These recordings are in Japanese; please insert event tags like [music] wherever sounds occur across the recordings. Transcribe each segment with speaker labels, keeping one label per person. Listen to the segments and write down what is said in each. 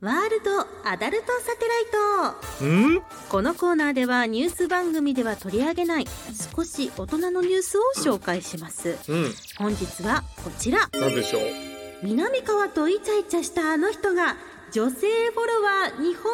Speaker 1: ワールドアダルトサテライト
Speaker 2: うん
Speaker 1: このコーナーではニュース番組では取り上げない少し大人のニュースを紹介します
Speaker 2: うん
Speaker 1: 本日はこちら
Speaker 2: なんでしょう
Speaker 1: 南川とイチャイチャしたあの人が女性フォロワー日本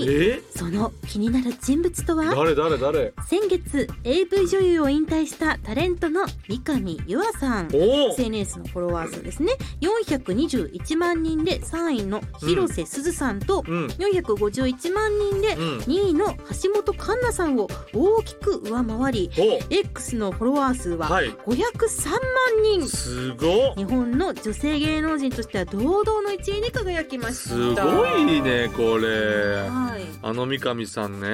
Speaker 1: 一に
Speaker 2: え
Speaker 1: その気になる人物とは
Speaker 2: 誰誰誰
Speaker 1: 先月 AV 女優を引退したタレントの三上優愛さん
Speaker 2: おお
Speaker 1: SNS のフォロワー数ですね421万人で3位の広瀬すずさんと
Speaker 2: うん
Speaker 1: 451万人で
Speaker 2: うん
Speaker 1: 2位の橋本環奈さんを大きく上回り
Speaker 2: お
Speaker 1: X のフォロワー数は
Speaker 2: はい
Speaker 1: 503万人
Speaker 2: すごっ
Speaker 1: 日本の女性芸能人としては堂々の1位に輝きました
Speaker 2: すごいねこれ
Speaker 1: はい
Speaker 2: あの三上さんね、
Speaker 1: い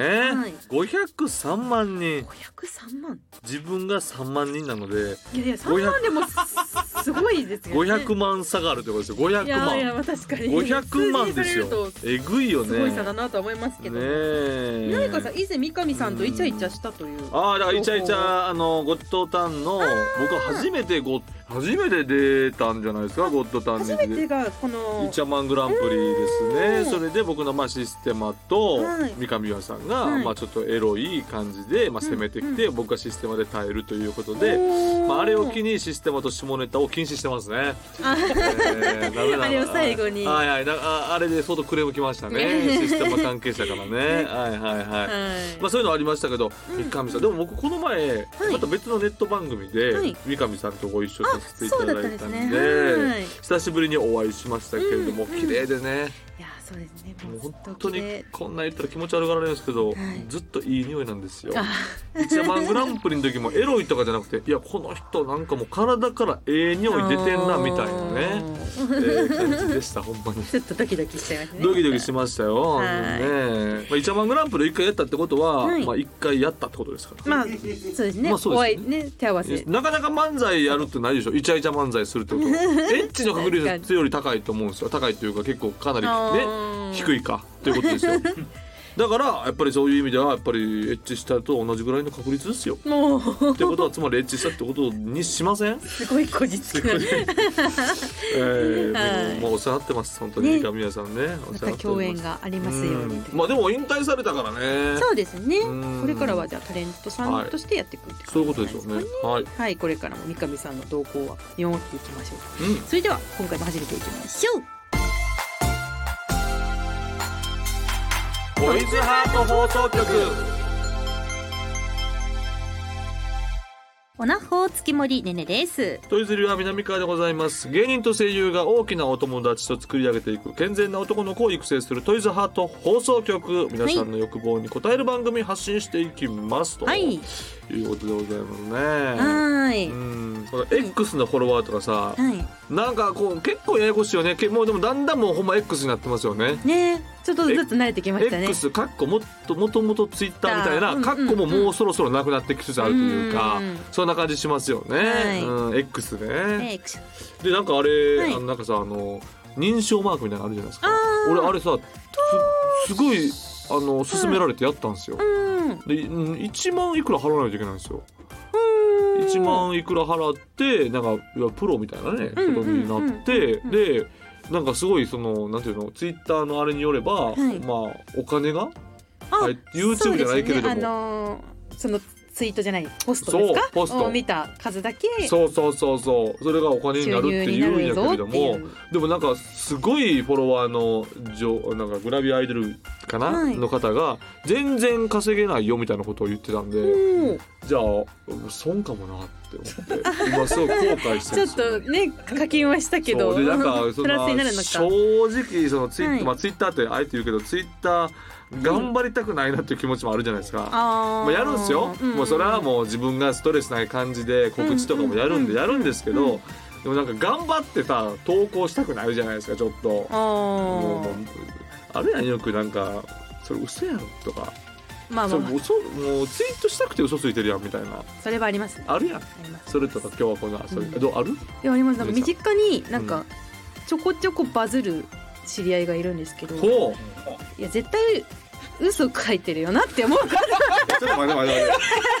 Speaker 2: 503万人
Speaker 1: 503万
Speaker 2: 自分が3万人なので
Speaker 1: いやいや3万でもすすごいですよね
Speaker 2: 500万差があるってことですよ500万
Speaker 1: いやいやまあ確かに
Speaker 2: 500万です
Speaker 1: 数字に
Speaker 2: よ
Speaker 1: されると
Speaker 2: えぐいよ
Speaker 1: [laughs]
Speaker 2: ね
Speaker 1: すごい差だなとは思いますけど、
Speaker 2: ねえ
Speaker 1: 何かさん以前三上さんとイチャイチャしたという
Speaker 2: ああだからイチャイチャあのゴッドタンの僕は初めてゴ初めて出たんじゃないですかゴッドタンに
Speaker 1: 初めてがこの
Speaker 2: イチャマングランプリで
Speaker 1: うん
Speaker 2: すねそれで僕のまあシステマと
Speaker 1: はい
Speaker 2: 三上岩さんが
Speaker 1: はい
Speaker 2: まあちょっとエロい感じでまあ攻めてき
Speaker 1: うん
Speaker 2: て僕がシステマで耐えるということで。
Speaker 1: おー
Speaker 2: まあ、あれを機にシステマと下ネタを禁止してますね。
Speaker 1: あ
Speaker 2: えーダメだな
Speaker 1: あれを最後に
Speaker 2: はいはい、なあ、あれで相当クレームきましたね。システマ関係者から
Speaker 1: [laughs]
Speaker 2: ね。はいはいはい。
Speaker 1: はい
Speaker 2: まあ、そういうのありましたけど、
Speaker 1: うん
Speaker 2: 三上さんでも僕この前、また別のネット番組で、
Speaker 1: はい
Speaker 2: 三上さんとご一緒
Speaker 1: あ
Speaker 2: させてい
Speaker 1: そ
Speaker 2: た
Speaker 1: うだ
Speaker 2: だ
Speaker 1: ったん
Speaker 2: い
Speaker 1: で
Speaker 2: た
Speaker 1: す
Speaker 2: んで
Speaker 1: ねはいい
Speaker 2: 久しぶりにお会いしましたけれども、
Speaker 1: うんうん
Speaker 2: 綺麗でね、
Speaker 1: やそうですね
Speaker 2: も
Speaker 1: も
Speaker 2: う
Speaker 1: う
Speaker 2: 本当
Speaker 1: ずっと
Speaker 2: に
Speaker 1: ね
Speaker 2: こんな言ったら気持ち悪がられるんですけど、
Speaker 1: はい
Speaker 2: ずっといい匂いなんですよ。
Speaker 1: あ
Speaker 2: 一夜マングランプリの時もエロいとかじゃなくていやこの人なんかもう体からええ匂い出てんなみた
Speaker 1: あ
Speaker 2: いなね、え
Speaker 1: ー
Speaker 2: ー感じ
Speaker 1: [laughs]
Speaker 2: でしたほんまに。
Speaker 1: ちょっとドキドキしちゃいましたね
Speaker 2: ドキドキしましたよ。
Speaker 1: はい
Speaker 2: ねえ、まあ、イチャマングランプリを一回やったってことは、
Speaker 1: はい
Speaker 2: まあ一回やったってことですから。
Speaker 1: まあそうですね,、
Speaker 2: まあそうですね
Speaker 1: 怖いね手合わせ
Speaker 2: なかなか漫才やるってないでしょイチャイチャ漫才するってこと
Speaker 1: [laughs]
Speaker 2: エッチの確率は強より高いと思うんですよ高いというか結構かなりね低
Speaker 1: い
Speaker 2: いかというこ
Speaker 1: [laughs]
Speaker 2: とですよだからやっぱりそういう意味ではやっぱりエッチしたと同じぐらいの確率ですよ
Speaker 1: もう
Speaker 2: ってことはつまりエッチしたってことにし
Speaker 1: [laughs]
Speaker 2: ません
Speaker 1: すごいこじつけ
Speaker 2: えー
Speaker 1: はい
Speaker 2: もうお世話になってます本当
Speaker 1: ね
Speaker 2: に三上屋さんねお
Speaker 1: ま
Speaker 2: 世話
Speaker 1: た
Speaker 2: になっております
Speaker 1: 共演がありますようにという
Speaker 2: まあでも引退されたからね
Speaker 1: そうですね
Speaker 2: うん
Speaker 1: これからはじゃあタレントさ
Speaker 2: は
Speaker 1: ん
Speaker 2: い
Speaker 1: としてやっていくって
Speaker 2: そういうこと
Speaker 1: な
Speaker 2: で
Speaker 1: ん
Speaker 2: しょう
Speaker 1: か
Speaker 2: ねはい、うん、
Speaker 1: はいこれからも三上さんの動向は見守っていきましょうそれでは今回も始めていきましょう
Speaker 2: ボイズハート放送局
Speaker 1: おなほ月森ねねです
Speaker 2: トイズリは南川でございます芸人と声優が大きなお友達と作り上げていく健全な男の子を育成するトイズハート放送局皆さんの欲望に応える番組発信していきますと、、
Speaker 1: はいいう
Speaker 2: ことでございますね
Speaker 1: はーい
Speaker 2: うんこの X のフォロワーとかさ、
Speaker 1: はい
Speaker 2: なんかこう結構ややこしいよねけもうでもだんだんもうほんま X になってますよね
Speaker 1: ねえちょっとずつ慣れてきましたね
Speaker 2: X かっこもっともともとツイッターみた
Speaker 1: あ
Speaker 2: い
Speaker 1: ー
Speaker 2: な
Speaker 1: うん
Speaker 2: かっこももうそろそろなくなってきつつあるというか
Speaker 1: うん
Speaker 2: そんな感じしますよね、
Speaker 1: はい
Speaker 2: うん X ね
Speaker 1: X
Speaker 2: でなんかあれ、
Speaker 1: はい
Speaker 2: あのなんかさあの認証マークみたいなのあるじゃないですか
Speaker 1: あー
Speaker 2: 俺あれさすすごいあの勧められてやったんですよ、
Speaker 1: うん
Speaker 2: でうん1万いくら払わないといけないんですよ1万いくら払ってなんかいわプロみたいなねこ
Speaker 1: うん
Speaker 2: とになって
Speaker 1: うん
Speaker 2: でなんかすごいそのなんていうのツイッターのあれによれば、
Speaker 1: い
Speaker 2: まあお金が
Speaker 1: あ
Speaker 2: はい YouTube
Speaker 1: そうです
Speaker 2: じゃないけれども
Speaker 1: ね、あのーそのツイートじゃないポストですか
Speaker 2: そうポスト
Speaker 1: を見た数だけ
Speaker 2: そうそうそうそうそれがお金にな
Speaker 1: 収
Speaker 2: るっ
Speaker 1: 入
Speaker 2: て
Speaker 1: に
Speaker 2: い
Speaker 1: な
Speaker 2: うん
Speaker 1: る
Speaker 2: や
Speaker 1: ぞ
Speaker 2: け
Speaker 1: っ
Speaker 2: れ
Speaker 1: て
Speaker 2: ど
Speaker 1: い
Speaker 2: も
Speaker 1: う
Speaker 2: でもなんかすごいフォロワーの女なんかグラビアアイドルかな、
Speaker 1: はい
Speaker 2: の方が全然稼げないよみたいなことを言ってたんで、
Speaker 1: うん
Speaker 2: じゃあ損かもなって
Speaker 1: [laughs]
Speaker 2: 思って今すごい後悔して
Speaker 1: ち
Speaker 2: る
Speaker 1: ょ
Speaker 2: ん
Speaker 1: っ
Speaker 2: ですよ
Speaker 1: とね課金はしたけど
Speaker 2: そ
Speaker 1: [laughs]
Speaker 2: うでなんかそ
Speaker 1: プラスになるの
Speaker 2: の
Speaker 1: か
Speaker 2: 正直そのツイ,、
Speaker 1: はい
Speaker 2: まあ、ツイッターってあえて言うけどツイッター頑張りたくないなっていう気持ちもあるじゃないですか。
Speaker 1: あ
Speaker 2: まあ、やるんですよ、もうそれは
Speaker 1: う
Speaker 2: もう自分がストレスない感じで告知とかもやるんで
Speaker 1: うん
Speaker 2: やるんですけ
Speaker 1: うん
Speaker 2: ど、でもなんか頑張ってさ投稿したくなるじゃないですかちょっとも
Speaker 1: あ
Speaker 2: う
Speaker 1: ー
Speaker 2: もうあるやんよくなんか「それ嘘やろ」とか
Speaker 1: まあ
Speaker 2: 「そ
Speaker 1: まあ
Speaker 2: れ
Speaker 1: まあ
Speaker 2: 嘘もうツイートしたくて嘘ついてるやん」みたいな
Speaker 1: それはありますねあ
Speaker 2: あるやん
Speaker 1: ります
Speaker 2: それとか今日はこの遊び、
Speaker 1: うん
Speaker 2: どうある
Speaker 1: いやありますなんか身近になんかちょこちょこバズる知り合いがいるんですけど
Speaker 2: ほう
Speaker 1: いや絶対嘘書いてるよなって思うから
Speaker 2: ちょっと待って待って待って。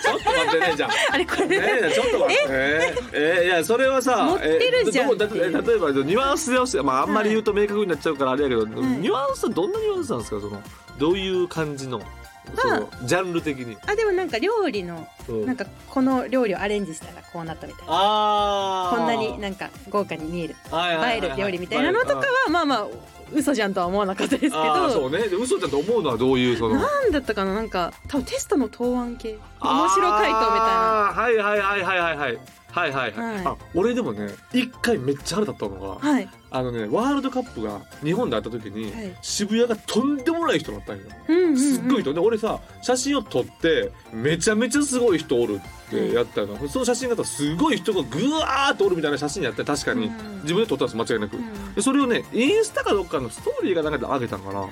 Speaker 2: ちょっと待ってねじゃん。
Speaker 1: あれこ
Speaker 2: [laughs] ね
Speaker 1: れ、
Speaker 2: えちょっと待って。ええいやそれはさ、
Speaker 1: 持ってるじゃん
Speaker 2: えどこだって例えばニュアンスで押して、まああんまり言うと明確になっちゃうからあれやけど、
Speaker 1: い
Speaker 2: ニュアンスはどんなニュアンスなんですかそのどういう感じのそのジャンル的に。
Speaker 1: あでもなんか料理の
Speaker 2: う
Speaker 1: なんかこの料理をアレンジしたらこうなったみたいな
Speaker 2: ああ。
Speaker 1: こんなになんか豪華に見える
Speaker 2: はいはいはいは
Speaker 1: 映
Speaker 2: い
Speaker 1: える料理みたいなのとかはまあまあ嘘じゃんとは思わなかったですけ
Speaker 2: あーそ
Speaker 1: ど
Speaker 2: うねで嘘だと思うのはどういうその面
Speaker 1: 何だったかななんか多分テストの答案系面白回答みたいな
Speaker 2: はいはいはいはいはいはいはいはいはい、
Speaker 1: はい
Speaker 2: あ俺でもね一回めっちゃ腹立ったのが、
Speaker 1: はい
Speaker 2: あのねワールドカップが日本であった時に、
Speaker 1: はい
Speaker 2: 渋谷がとんでもない人だったんよ
Speaker 1: うんうんうん
Speaker 2: すっごい人、で俺さ写真を撮ってめちゃめちゃすごい人おるってやったの、その写真がさすごい人がぐわーっとおるみたいな写真やった確かに、
Speaker 1: うん
Speaker 2: 自分で撮ったんです間違いなく、
Speaker 1: うん
Speaker 2: でそれをねインスタかどっかのストーリーがなんかで上げたんかな、
Speaker 1: はい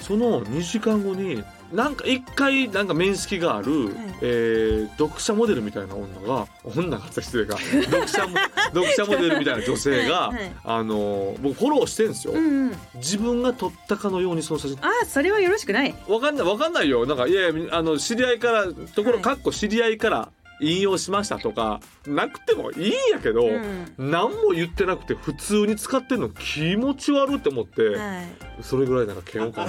Speaker 2: その2時間後になんか一回なんか面識がある、えー読者モデルみたいな女が女が
Speaker 1: [laughs]
Speaker 2: 失礼か読者も読者モデルみたいな女性が、
Speaker 1: はいはい
Speaker 2: あのー僕フォローしてんですよ、
Speaker 1: うんうん
Speaker 2: 自分が撮ったかのようにその写真
Speaker 1: あーそれはよろしくない
Speaker 2: わかんないわかんないよなんかいやいやあの知り合いからとこ
Speaker 1: は
Speaker 2: ろ
Speaker 1: い
Speaker 2: かっこ知り合いから引用しましたとかなくてもいいんやけど、
Speaker 1: うん
Speaker 2: 何も言ってなくて普通に使ってんの気持ち悪って思って、
Speaker 1: はい
Speaker 2: それぐらいなんか嫌悪感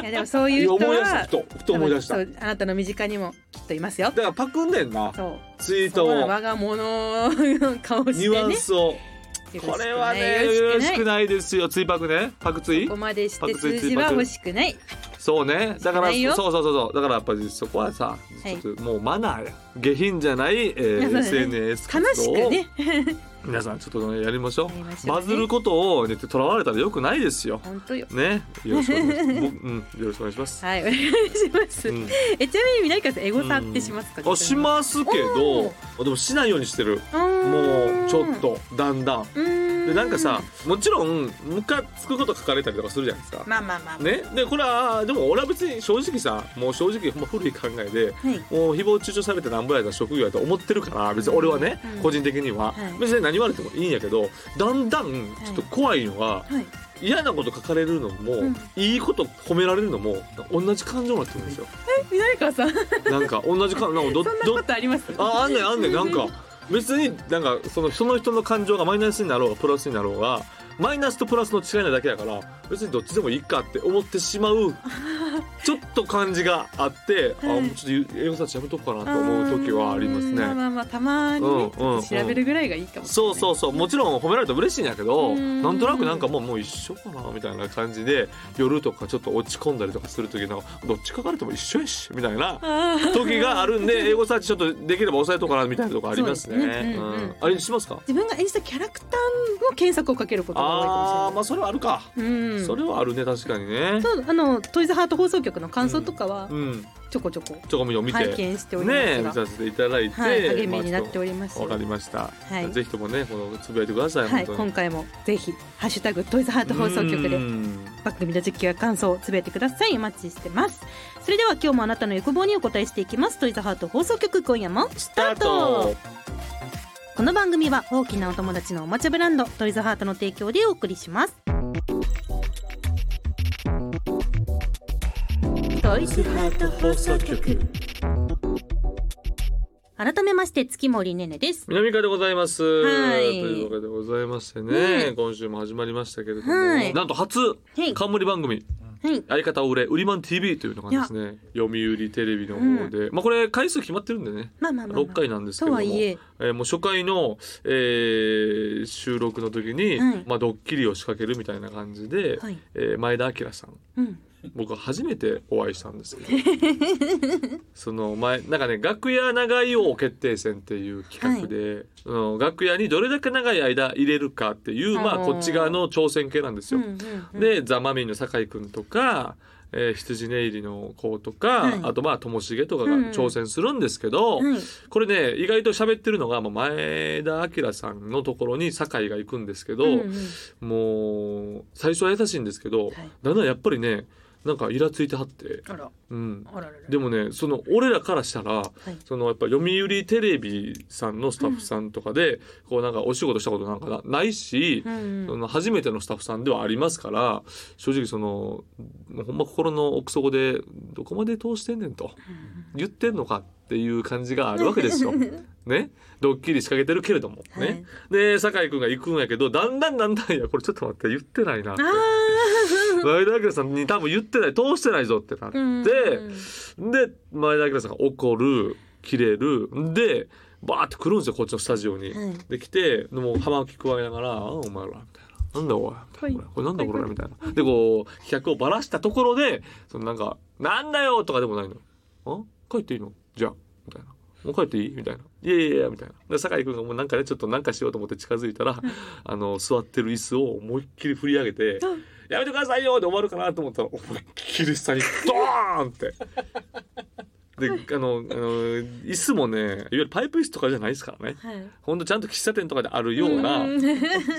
Speaker 1: いやでもそう
Speaker 2: い
Speaker 1: いう
Speaker 2: や
Speaker 1: 人
Speaker 2: 思い出した
Speaker 1: は
Speaker 2: ふとふと思い出した
Speaker 1: 多
Speaker 2: だ
Speaker 1: 分そうあなたの身近にもきっといますよ
Speaker 2: からパクんねんな
Speaker 1: そう
Speaker 2: ツイート
Speaker 1: そう
Speaker 2: を
Speaker 1: 我が物の顔し
Speaker 2: ニ
Speaker 1: て
Speaker 2: ュアン
Speaker 1: ね
Speaker 2: スを
Speaker 1: よろしくない
Speaker 2: これはね
Speaker 1: よ
Speaker 2: よ
Speaker 1: ろ
Speaker 2: ろ
Speaker 1: し
Speaker 2: し
Speaker 1: くな
Speaker 2: く
Speaker 1: い
Speaker 2: ないですよツイパクねパクツイ
Speaker 1: ここまでし
Speaker 2: パ
Speaker 1: て
Speaker 2: クツイ
Speaker 1: 数字は欲しくない
Speaker 2: そうねだから
Speaker 1: しない
Speaker 2: そ
Speaker 1: よ
Speaker 2: うそうそうそうだからやっぱりそこはさ
Speaker 1: はい
Speaker 2: ちょっともうマナーや下品じゃないえ
Speaker 1: いやそうだ
Speaker 2: ー
Speaker 1: ね
Speaker 2: SNS
Speaker 1: 悲
Speaker 2: 活
Speaker 1: し
Speaker 2: 動
Speaker 1: く
Speaker 2: を
Speaker 1: ね
Speaker 2: 皆さんちょっとねやりましょ
Speaker 1: やりまし
Speaker 2: う
Speaker 1: ょうね
Speaker 2: バズることをねとらわれたらよくないですよ
Speaker 1: 本当よ
Speaker 2: ねよろしくお願い
Speaker 1: [laughs]
Speaker 2: します僕うんよろしくお願いします
Speaker 1: はいお願いします、
Speaker 2: うん
Speaker 1: えちなみに南川さんエゴサってしますか、
Speaker 2: あしますけ
Speaker 1: お
Speaker 2: どあでもしないようにしてる
Speaker 1: うーん
Speaker 2: もうちょっとだんだん
Speaker 1: うーん
Speaker 2: でなんかさもちろんムカつくこと書かれたりとかするじゃないですか。
Speaker 1: まあまあまあ、
Speaker 2: ね、でこれはでも俺は別に正直さもう正直ほんま古い考えで
Speaker 1: はい
Speaker 2: もう誹謗中傷されてなんぼやったら職業やと思ってるから別に俺はね、
Speaker 1: うん
Speaker 2: 個人的には、
Speaker 1: はい
Speaker 2: 別に何言われてもいいんやけどだんだんちょっと怖いのが、
Speaker 1: はい
Speaker 2: 嫌なこと書かれるのも、
Speaker 1: うん
Speaker 2: いいこと褒められるのも同じ感情になってくるんですよ
Speaker 1: 南川さんそ
Speaker 2: なんか同じ感なんか
Speaker 1: [laughs]
Speaker 2: ど
Speaker 1: んな
Speaker 2: ど
Speaker 1: ことあります
Speaker 2: ああんねんあんねんなんか別になんかそのその人の感情がマイナスになろうがプラスになろうがマイナスとプラスの違いなだけだから別にどっちでもいいかって思ってしま
Speaker 1: [laughs]
Speaker 2: うちょっと感じがあって、あ
Speaker 1: はい
Speaker 2: もうちょっと英語たちやめとこうかなと思う時はあります
Speaker 1: うーんまあ
Speaker 2: ね。
Speaker 1: まあまあたまにね、
Speaker 2: うんうんうん
Speaker 1: 調べるぐらいがいいかもしれない
Speaker 2: そ
Speaker 1: う
Speaker 2: そうそうもちろん褒められたら嬉しいんやけど
Speaker 1: うん
Speaker 2: なんとなくなんかもうもう一緒かなみたいな感じで夜とかちょっと落ち込んだりとかする時なんかどっち書かれても一緒やしみたいな
Speaker 1: あー
Speaker 2: 時がある
Speaker 1: [laughs]
Speaker 2: んで英語サーチちょっとできれば抑えとかなみたいなとこありますね。
Speaker 1: そうですね
Speaker 2: う
Speaker 1: うんうん
Speaker 2: んあれしますか
Speaker 1: 自分が演じたキャラクターの検索をかけることが多い
Speaker 2: あ
Speaker 1: か
Speaker 2: ーま
Speaker 1: も
Speaker 2: あそれはあるか、
Speaker 1: しれない、うん、
Speaker 2: それはあるね確かにね
Speaker 1: そうあのトイズハート放送局の感想とかは
Speaker 2: うん
Speaker 1: ちょこちょこ
Speaker 2: ちょこみを見て
Speaker 1: 拝見しておりま
Speaker 2: ね
Speaker 1: す
Speaker 2: 見
Speaker 1: が、
Speaker 2: させていただいて、
Speaker 1: はい、励みになって
Speaker 2: ま
Speaker 1: おりま
Speaker 2: あ
Speaker 1: す
Speaker 2: ちょっとわかりました、
Speaker 1: はい
Speaker 2: ぜひともねこのつぶやいてください、
Speaker 1: はい、
Speaker 2: 本当に
Speaker 1: 今回もぜひハッシュタグトイズハート放送局
Speaker 2: う
Speaker 1: で
Speaker 2: ん
Speaker 1: 番組の実況や感想をつぶやいてくださいお待ちしてますそれでは今日もあなたの欲望にお答えしていきますトイズハート放送局今夜も
Speaker 2: スタート
Speaker 1: この番組は大きなお友達のおもちゃブランドトイズハートの提供でお送りしますトイズハート放送局改めまして月森ねねです
Speaker 2: 南川でございます、
Speaker 1: はい
Speaker 2: というわけでございまして
Speaker 1: ね
Speaker 2: ね
Speaker 1: え
Speaker 2: 今週も始まりましたけれども、
Speaker 1: はい
Speaker 2: なんと初
Speaker 1: い
Speaker 2: 冠番組
Speaker 1: はい
Speaker 2: 相方を売れ売りマン TV というのがですね読売テレビの方で、まあこれ回数決まってるんでね
Speaker 1: まあまあまあ、まあ、
Speaker 2: 6回なんですけ
Speaker 1: と
Speaker 2: ども、
Speaker 1: はいえ
Speaker 2: えーもう初回の、えー収録の時に、
Speaker 1: はい
Speaker 2: まあ、ドッキリを仕掛けるみたいな感じで、
Speaker 1: はい
Speaker 2: えー前田明さん
Speaker 1: うん
Speaker 2: 僕は初めてお会いした
Speaker 1: [laughs]
Speaker 2: んですけどその前なんかね楽屋長居王決定戦っていう企画で、その楽屋にどれだけ長い間入れるかっていう、まあ、
Speaker 1: あー
Speaker 2: こっち側の挑戦系なんです
Speaker 1: う
Speaker 2: よ。
Speaker 1: んうんうん、
Speaker 2: でザ・マミィの酒井君とか、えー羊ねいりの子とか、
Speaker 1: はい
Speaker 2: あとまあともしげとかが挑戦するんですけど、
Speaker 1: はい
Speaker 2: これね意外と喋ってるのがまあ前田明さんのところに酒井が行くんですけど、
Speaker 1: うんうん
Speaker 2: もう最初は優しいんですけ
Speaker 1: い
Speaker 2: ど、だんだんやっぱりねなんかイラついてはって、
Speaker 1: あら
Speaker 2: うん、
Speaker 1: あららら
Speaker 2: でもねその俺らからしたら、そのやっぱ読売テレビさんのスタッフさんとかで、こうなんかお仕事したことなんかなないし、
Speaker 1: うんうん。
Speaker 2: その初めてのスタッフさんではありますから正直そのほんま心の奥底でどこまで通してんねんと言ってんのかっていう感じがあるわけですよ
Speaker 1: は
Speaker 2: [laughs] ね、ドッキリ仕掛けてるけれども、
Speaker 1: い
Speaker 2: ね。で酒井君が行くんやけどだんだんだんだんいやこれちょっと待って言ってないなって
Speaker 1: あ。
Speaker 2: 前田明さんに多分言ってない通してないぞってなっ
Speaker 1: ー
Speaker 2: て、
Speaker 1: うん
Speaker 2: で前田明さんが怒る切れるでバーって来るんですよこっちのスタジオに。
Speaker 1: はい
Speaker 2: できてでもう浜を聞くわながら「あお前ら」みたいな。なんだおいみたいな
Speaker 1: はい
Speaker 2: これなんだこれみたいな。でこう企画をばらしたところでそのなんか「なんだよ!」とかでもないの。あ帰っていいのじゃあみたいな。もう帰っていいみたいな「いやいやいや」みたいなで酒井君がもうなんかねちょっとなんかしようと思って近づいたらあの座ってる椅子を思いっきり振り上げて
Speaker 1: あ
Speaker 2: 「やめてくださいよ!」で終わるかなと思ったら思いっき
Speaker 1: [laughs]
Speaker 2: り下にドーンって。であのあの椅子もねいわゆるパイプ椅子とかじゃないですからね。
Speaker 1: はい
Speaker 2: ほんとちゃんと喫茶店とかであるような、
Speaker 1: ん
Speaker 2: ち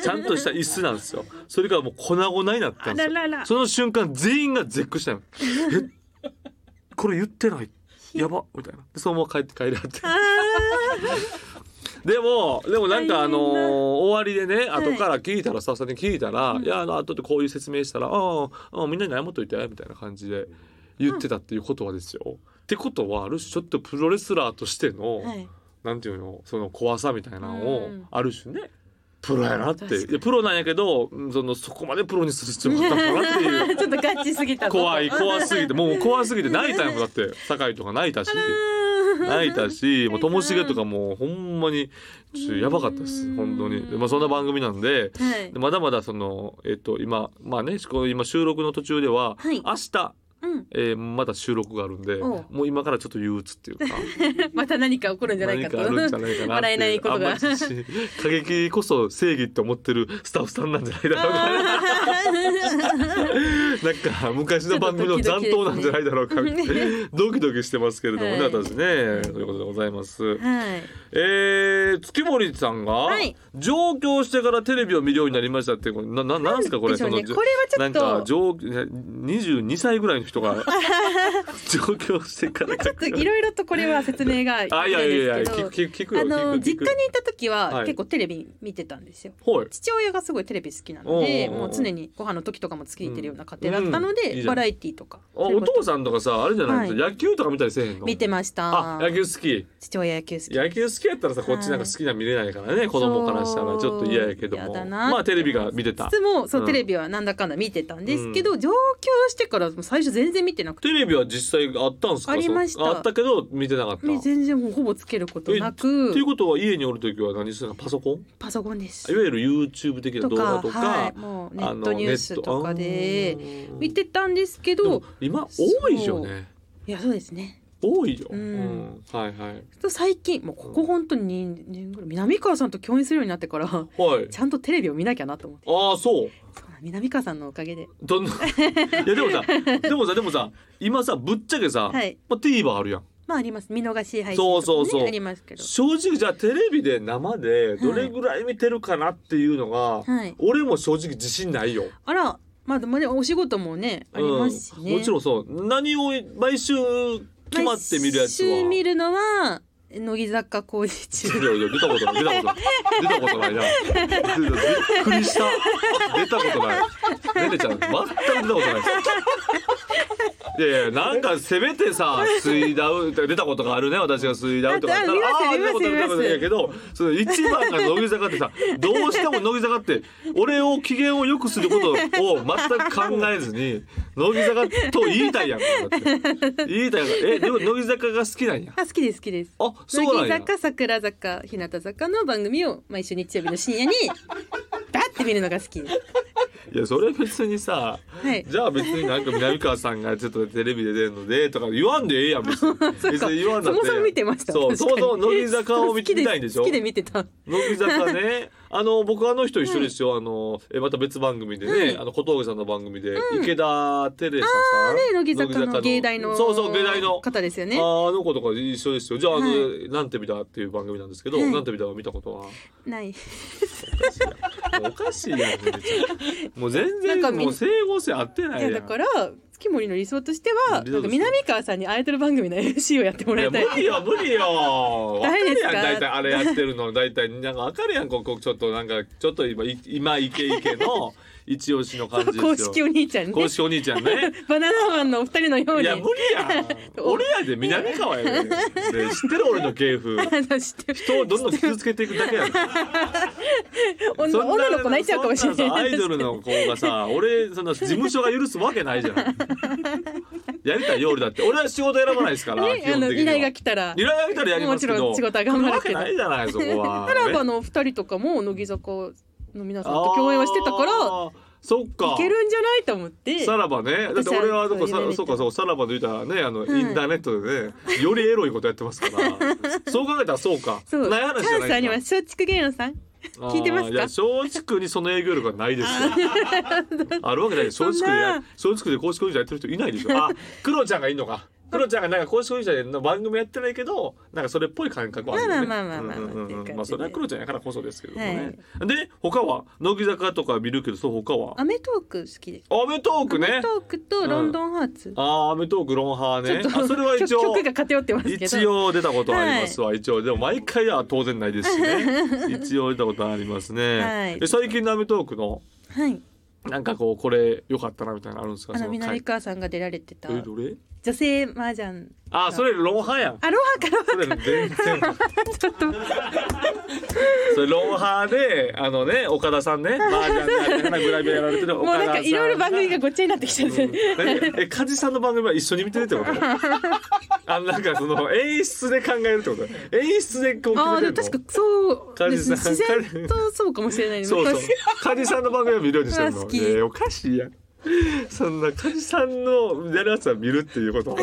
Speaker 2: ゃんとした椅子なんですよ。それがもう粉々になったんですよ。
Speaker 1: あららら
Speaker 2: その瞬間全員が絶句したの。え、これ言ってない。やばみたいな。でそのまま帰って帰り [laughs] はって。
Speaker 1: あ
Speaker 2: でも、でもなんかあ
Speaker 1: 大変だ
Speaker 2: のー終わりでね、
Speaker 1: はい
Speaker 2: 後から聞いたら、スタッフさんに聞いたら、
Speaker 1: うん
Speaker 2: いや、あの、後でこういう説明したら、あああ、みんなに謝っといて、みたいな感じで言ってたっていうことはですよ。ってことは、ある種ちょっとプロレスラーとしての、
Speaker 1: ーはい
Speaker 2: なんていうのその怖さみたいなのを
Speaker 1: うん
Speaker 2: ある種ねプロやなって
Speaker 1: 確かに
Speaker 2: いやプロなんやけどうんそのそこまでプロにする必要があったのかなっ
Speaker 1: [laughs]
Speaker 2: ていう
Speaker 1: ちょっとガチすぎたぞ
Speaker 2: 怖い怖
Speaker 1: [laughs]
Speaker 2: すぎてもう怖すぎて泣いたんやもんだって酒井とか泣いたし泣いたしもうともしげとかもうほんまにちょっとやばかったです本当にでまあそんな番組なんで
Speaker 1: はい
Speaker 2: でまだまだそのえっと今まあねこう今収録の途中では
Speaker 1: はい
Speaker 2: 明日
Speaker 1: うん
Speaker 2: えーまだ収録があるんで
Speaker 1: おう
Speaker 2: もう今からちょっと憂鬱っていうか。
Speaker 1: また何か起こるんじゃないかと
Speaker 2: 何かあるんじゃないかなってう
Speaker 1: 笑えないことが
Speaker 2: あんまり過激こそ正義って思ってるスタッフさんなんじゃないだろう
Speaker 1: [laughs]
Speaker 2: かななんか昔の番組の残党なんじゃないだろうかみたいなドキドキしてますけれどもね、
Speaker 1: はい
Speaker 2: 私ねということでございま
Speaker 1: [laughs]
Speaker 2: す、
Speaker 1: はい
Speaker 2: えー、月森さんが、
Speaker 1: はい
Speaker 2: 上京してからテレビを見るようになりましたってこれなななんですかこれ
Speaker 1: でしょうね
Speaker 2: その
Speaker 1: これはちょ
Speaker 2: な
Speaker 1: っ
Speaker 2: ん
Speaker 1: と
Speaker 2: か上22歳ぐらいの
Speaker 1: [laughs]
Speaker 2: 人が上京してから
Speaker 1: ちょっといろいろとこれは説明がい
Speaker 2: あいやいやいや
Speaker 1: るんですけ
Speaker 2: 聞
Speaker 1: ど
Speaker 2: く聞く聞くよ
Speaker 1: あの
Speaker 2: 聞く聞
Speaker 1: 実
Speaker 2: く
Speaker 1: 家にいた時は
Speaker 2: はい
Speaker 1: 結構テレビ見てたんですよ。
Speaker 2: はい
Speaker 1: 父親がすごいテレビ好きなので
Speaker 2: おうおうおう
Speaker 1: もう常にご飯の時とかもついてるような家庭だったの
Speaker 2: うんいい
Speaker 1: で、
Speaker 2: じゃん
Speaker 1: バラエティーとか
Speaker 2: あお父さんとかさあれじゃない、
Speaker 1: はい
Speaker 2: 野球とか見たりせえへんの
Speaker 1: 見てました
Speaker 2: あ野球好き
Speaker 1: 父親野球好き
Speaker 2: 野球好きやったらさこっちなんか好きなの見れないからね、子供からしたらちょっと嫌やけど
Speaker 1: そう
Speaker 2: も
Speaker 1: 嫌だなって
Speaker 2: まあテレビが見てた
Speaker 1: いつもそううんテレビはなんだかんだ見てたんですけど、上京してからもう最初全然見てなくて
Speaker 2: テレビは実際あったんですか
Speaker 1: ありました
Speaker 2: そうあったけど見てなかったえ
Speaker 1: 全然もうほぼつけることなく
Speaker 2: っていうことは家におる時は何するのパソコンい
Speaker 1: パソコンです
Speaker 2: わゆる YouTube 的な
Speaker 1: と
Speaker 2: 動
Speaker 1: か
Speaker 2: 画とか
Speaker 1: はい、もうネ
Speaker 2: あ
Speaker 1: ッ
Speaker 2: の
Speaker 1: トニュースとかで
Speaker 2: ネットあー
Speaker 1: 見てたんですけ
Speaker 2: でも
Speaker 1: ど
Speaker 2: 今多いよね
Speaker 1: いやそうですね
Speaker 2: 多いよ、
Speaker 1: うん
Speaker 2: うんはいはい
Speaker 1: 最近もうここ本当に2年ぐらい南川さんと共演するようになってから
Speaker 2: はい
Speaker 1: ちゃんとテレビを見なきゃなと思って
Speaker 2: ああそう
Speaker 1: そうなん南川さんのおかげで
Speaker 2: ど
Speaker 1: [laughs]
Speaker 2: んないやでもさでもさでもさ今さぶっちゃけさ、
Speaker 1: はい
Speaker 2: まあ、TVer あるやん
Speaker 1: まああります見逃し配信とか、ね、
Speaker 2: そうそうそう
Speaker 1: ありますけど
Speaker 2: 正直じゃあテレビで生でどれぐらい見てるかなっていうのが、
Speaker 1: はい
Speaker 2: 俺も正直自信ないよ。
Speaker 1: あらまあでもねお仕事もねありますしね、
Speaker 2: うんもちろんそう何を毎週決まって見るやつは。
Speaker 1: 毎週見るのは乃木坂工事
Speaker 2: いや [laughs]
Speaker 1: 中
Speaker 2: いや出たことない出たことない出たことないな。びっくりした。出たことない。出てちゃう。全く出たことない。いやいやなんかせめてさ水ダウ出たことがあるね私が水ダウとかあったら
Speaker 1: あ見ます
Speaker 2: ー出たことある
Speaker 1: 見ます
Speaker 2: 出たことあるやけどその一番が乃木坂ってさどうしても乃木坂って俺を機嫌を良くすることを全く考えずに乃木坂と言いたいやんかだって言いたいやんかえでも乃木坂が好きなんや
Speaker 1: あ好きです好きです
Speaker 2: あそうな
Speaker 1: 乃
Speaker 2: ん
Speaker 1: 木坂
Speaker 2: や
Speaker 1: 桜坂日向坂の番組を毎週日曜日の深
Speaker 2: [laughs]
Speaker 1: 夜にバッて見るのが好きです
Speaker 2: いやそれ別にさ
Speaker 1: はい
Speaker 2: じゃあ別になんか南川さんがちょっとテレビで出るのでとか言わんでええや
Speaker 1: [laughs]
Speaker 2: ん別に別に言わんだって
Speaker 1: そもそも見てました
Speaker 2: そう
Speaker 1: 確か
Speaker 2: そ
Speaker 1: に
Speaker 2: もそも乃木坂を見てみたいんでしょ
Speaker 1: 好きで見てた
Speaker 2: [laughs] 乃木
Speaker 1: [laughs]
Speaker 2: 坂ねあの僕あの人一緒ですよ、あのえまた別番組でね、
Speaker 1: はい
Speaker 2: あの小峠さんの番組で、池田テレサさん、
Speaker 1: ね乃木坂の芸大の
Speaker 2: そうそう芸大の
Speaker 1: 方ですよね
Speaker 2: ああの子とか一緒ですよじゃああの、
Speaker 1: は
Speaker 2: なんて見たっていう番組なんですけど、
Speaker 1: はい
Speaker 2: なんて見たは見たことは
Speaker 1: ない
Speaker 2: おかしいやんめち
Speaker 1: [laughs]
Speaker 2: ゃくちゃもう全然
Speaker 1: なんかみ
Speaker 2: もう整合性合ってないいや
Speaker 1: や
Speaker 2: ん
Speaker 1: だから月森の理想としては
Speaker 2: 理
Speaker 1: なんか
Speaker 2: 想として
Speaker 1: 南川さんにアイドル番組の [laughs] MC をやっても
Speaker 2: い
Speaker 1: ら
Speaker 2: や
Speaker 1: い
Speaker 2: 無
Speaker 1: たい
Speaker 2: 理よ無理
Speaker 1: [laughs]
Speaker 2: よ。わか
Speaker 1: 誰で
Speaker 2: る
Speaker 1: す
Speaker 2: や
Speaker 1: か
Speaker 2: ん大体あれやってるの大体なんかわかるやんここちょっとなんかちょっと今い今イケイケの一押しの感じですよ
Speaker 1: 公式お兄ちゃんね
Speaker 2: 公式お兄ちゃんね
Speaker 1: [laughs] バナナマンのお二人のよう
Speaker 2: い
Speaker 1: に
Speaker 2: や無理
Speaker 1: [laughs]
Speaker 2: やん俺やで南川やでで知ってる俺の芸風
Speaker 1: あの知ってる
Speaker 2: 人をどんどん傷つけていくだけやん
Speaker 1: 女
Speaker 2: そん
Speaker 1: [laughs]
Speaker 2: な
Speaker 1: 女の子泣いちゃうかもしれ
Speaker 2: そん
Speaker 1: な
Speaker 2: さア
Speaker 1: い
Speaker 2: イ
Speaker 1: です
Speaker 2: ドルの子がさ俺その事務所が許すわけないじ
Speaker 1: [laughs]
Speaker 2: ゃんやりたいよ俺だって俺は仕事選ばないですから、基
Speaker 1: ねあ
Speaker 2: 本
Speaker 1: の
Speaker 2: 的に
Speaker 1: 依
Speaker 2: は
Speaker 1: 頼が来たら
Speaker 2: 依頼が来たらやりますけ
Speaker 1: も
Speaker 2: ど
Speaker 1: ちろん仕事は頑張るけど
Speaker 2: 来るわないじゃないそこは
Speaker 1: [laughs] タラバのお二人とかも乃木坂の皆さんと共演はしてたから
Speaker 2: あーそっか
Speaker 1: いけるんじゃないと思って
Speaker 2: さらばねだって俺はだからさそうかそうさらばで言ったらねあの、
Speaker 1: ん
Speaker 2: インターネットでねよりエロいことやってますから
Speaker 1: [laughs]
Speaker 2: そう考えたらそうか
Speaker 1: そう
Speaker 2: ない話
Speaker 1: チ
Speaker 2: じゃ
Speaker 1: ャンスあ
Speaker 2: ない
Speaker 1: ります
Speaker 2: か
Speaker 1: す松竹芸能さん
Speaker 2: あー
Speaker 1: 聞いてますか
Speaker 2: いや松竹にその営業力はないですよあるわけないです
Speaker 1: そん
Speaker 2: 松竹で
Speaker 1: な
Speaker 2: 松竹で公式工事やってる人いないでしょあクロちゃんがいるのかクロちゃんがなんか公式工事の番組やってないけどなんかそれっぽい感覚はあるよね
Speaker 1: まあまあまあまあまあ
Speaker 2: うんうんうん
Speaker 1: っていう感じで
Speaker 2: まあそれはクロちゃんやからこそですけどもね、で他は乃木坂とか見るけどそう他は
Speaker 1: アメトーク好きです
Speaker 2: アメトーク
Speaker 1: アメ
Speaker 2: ね
Speaker 1: トークとロンドンハーツ
Speaker 2: あーアメトークロンハーね
Speaker 1: ちょっと
Speaker 2: あそれは一応
Speaker 1: 曲曲が偏ってますけど
Speaker 2: 一応出たことはありますわ、一応でも毎回は当然ないですし
Speaker 1: [laughs]
Speaker 2: ね一応出たことはありますね、
Speaker 1: はい
Speaker 2: え最近のアメトークの
Speaker 1: はい
Speaker 2: なんかこうこれ良かったなみたいなのあるんですか
Speaker 1: あの
Speaker 2: の回
Speaker 1: 南川さんが出られてた
Speaker 2: えどれ
Speaker 1: 女性麻雀
Speaker 2: あそれロンハーやん
Speaker 1: アロハから
Speaker 2: それ
Speaker 1: [laughs]
Speaker 2: 全然
Speaker 1: ちょっと
Speaker 2: それロンハーであのね岡田
Speaker 1: [laughs]
Speaker 2: さんねマージャンであんなグラビアやられてる
Speaker 1: もう
Speaker 2: 岡田さ
Speaker 1: なんんかいろいろ番組がごっちゃになってきちゃっ
Speaker 2: う
Speaker 1: て
Speaker 2: ん何え梶さんの番組は一緒に見てるってこと
Speaker 1: [laughs]
Speaker 2: あなんかその演出で考えるってこと演出でこう
Speaker 1: ああで
Speaker 2: 決
Speaker 1: も確
Speaker 2: めてるの
Speaker 1: かそう
Speaker 2: 梶
Speaker 1: です
Speaker 2: さん
Speaker 1: ね自然とそうかもしれないです
Speaker 2: そうそう梶さんの番組は見るようにしてる
Speaker 1: [laughs] うわ
Speaker 2: の
Speaker 1: 好き
Speaker 2: いやいやおかしいやんそんな梶さんのやるやつは見るっていう
Speaker 1: [laughs]
Speaker 2: ことは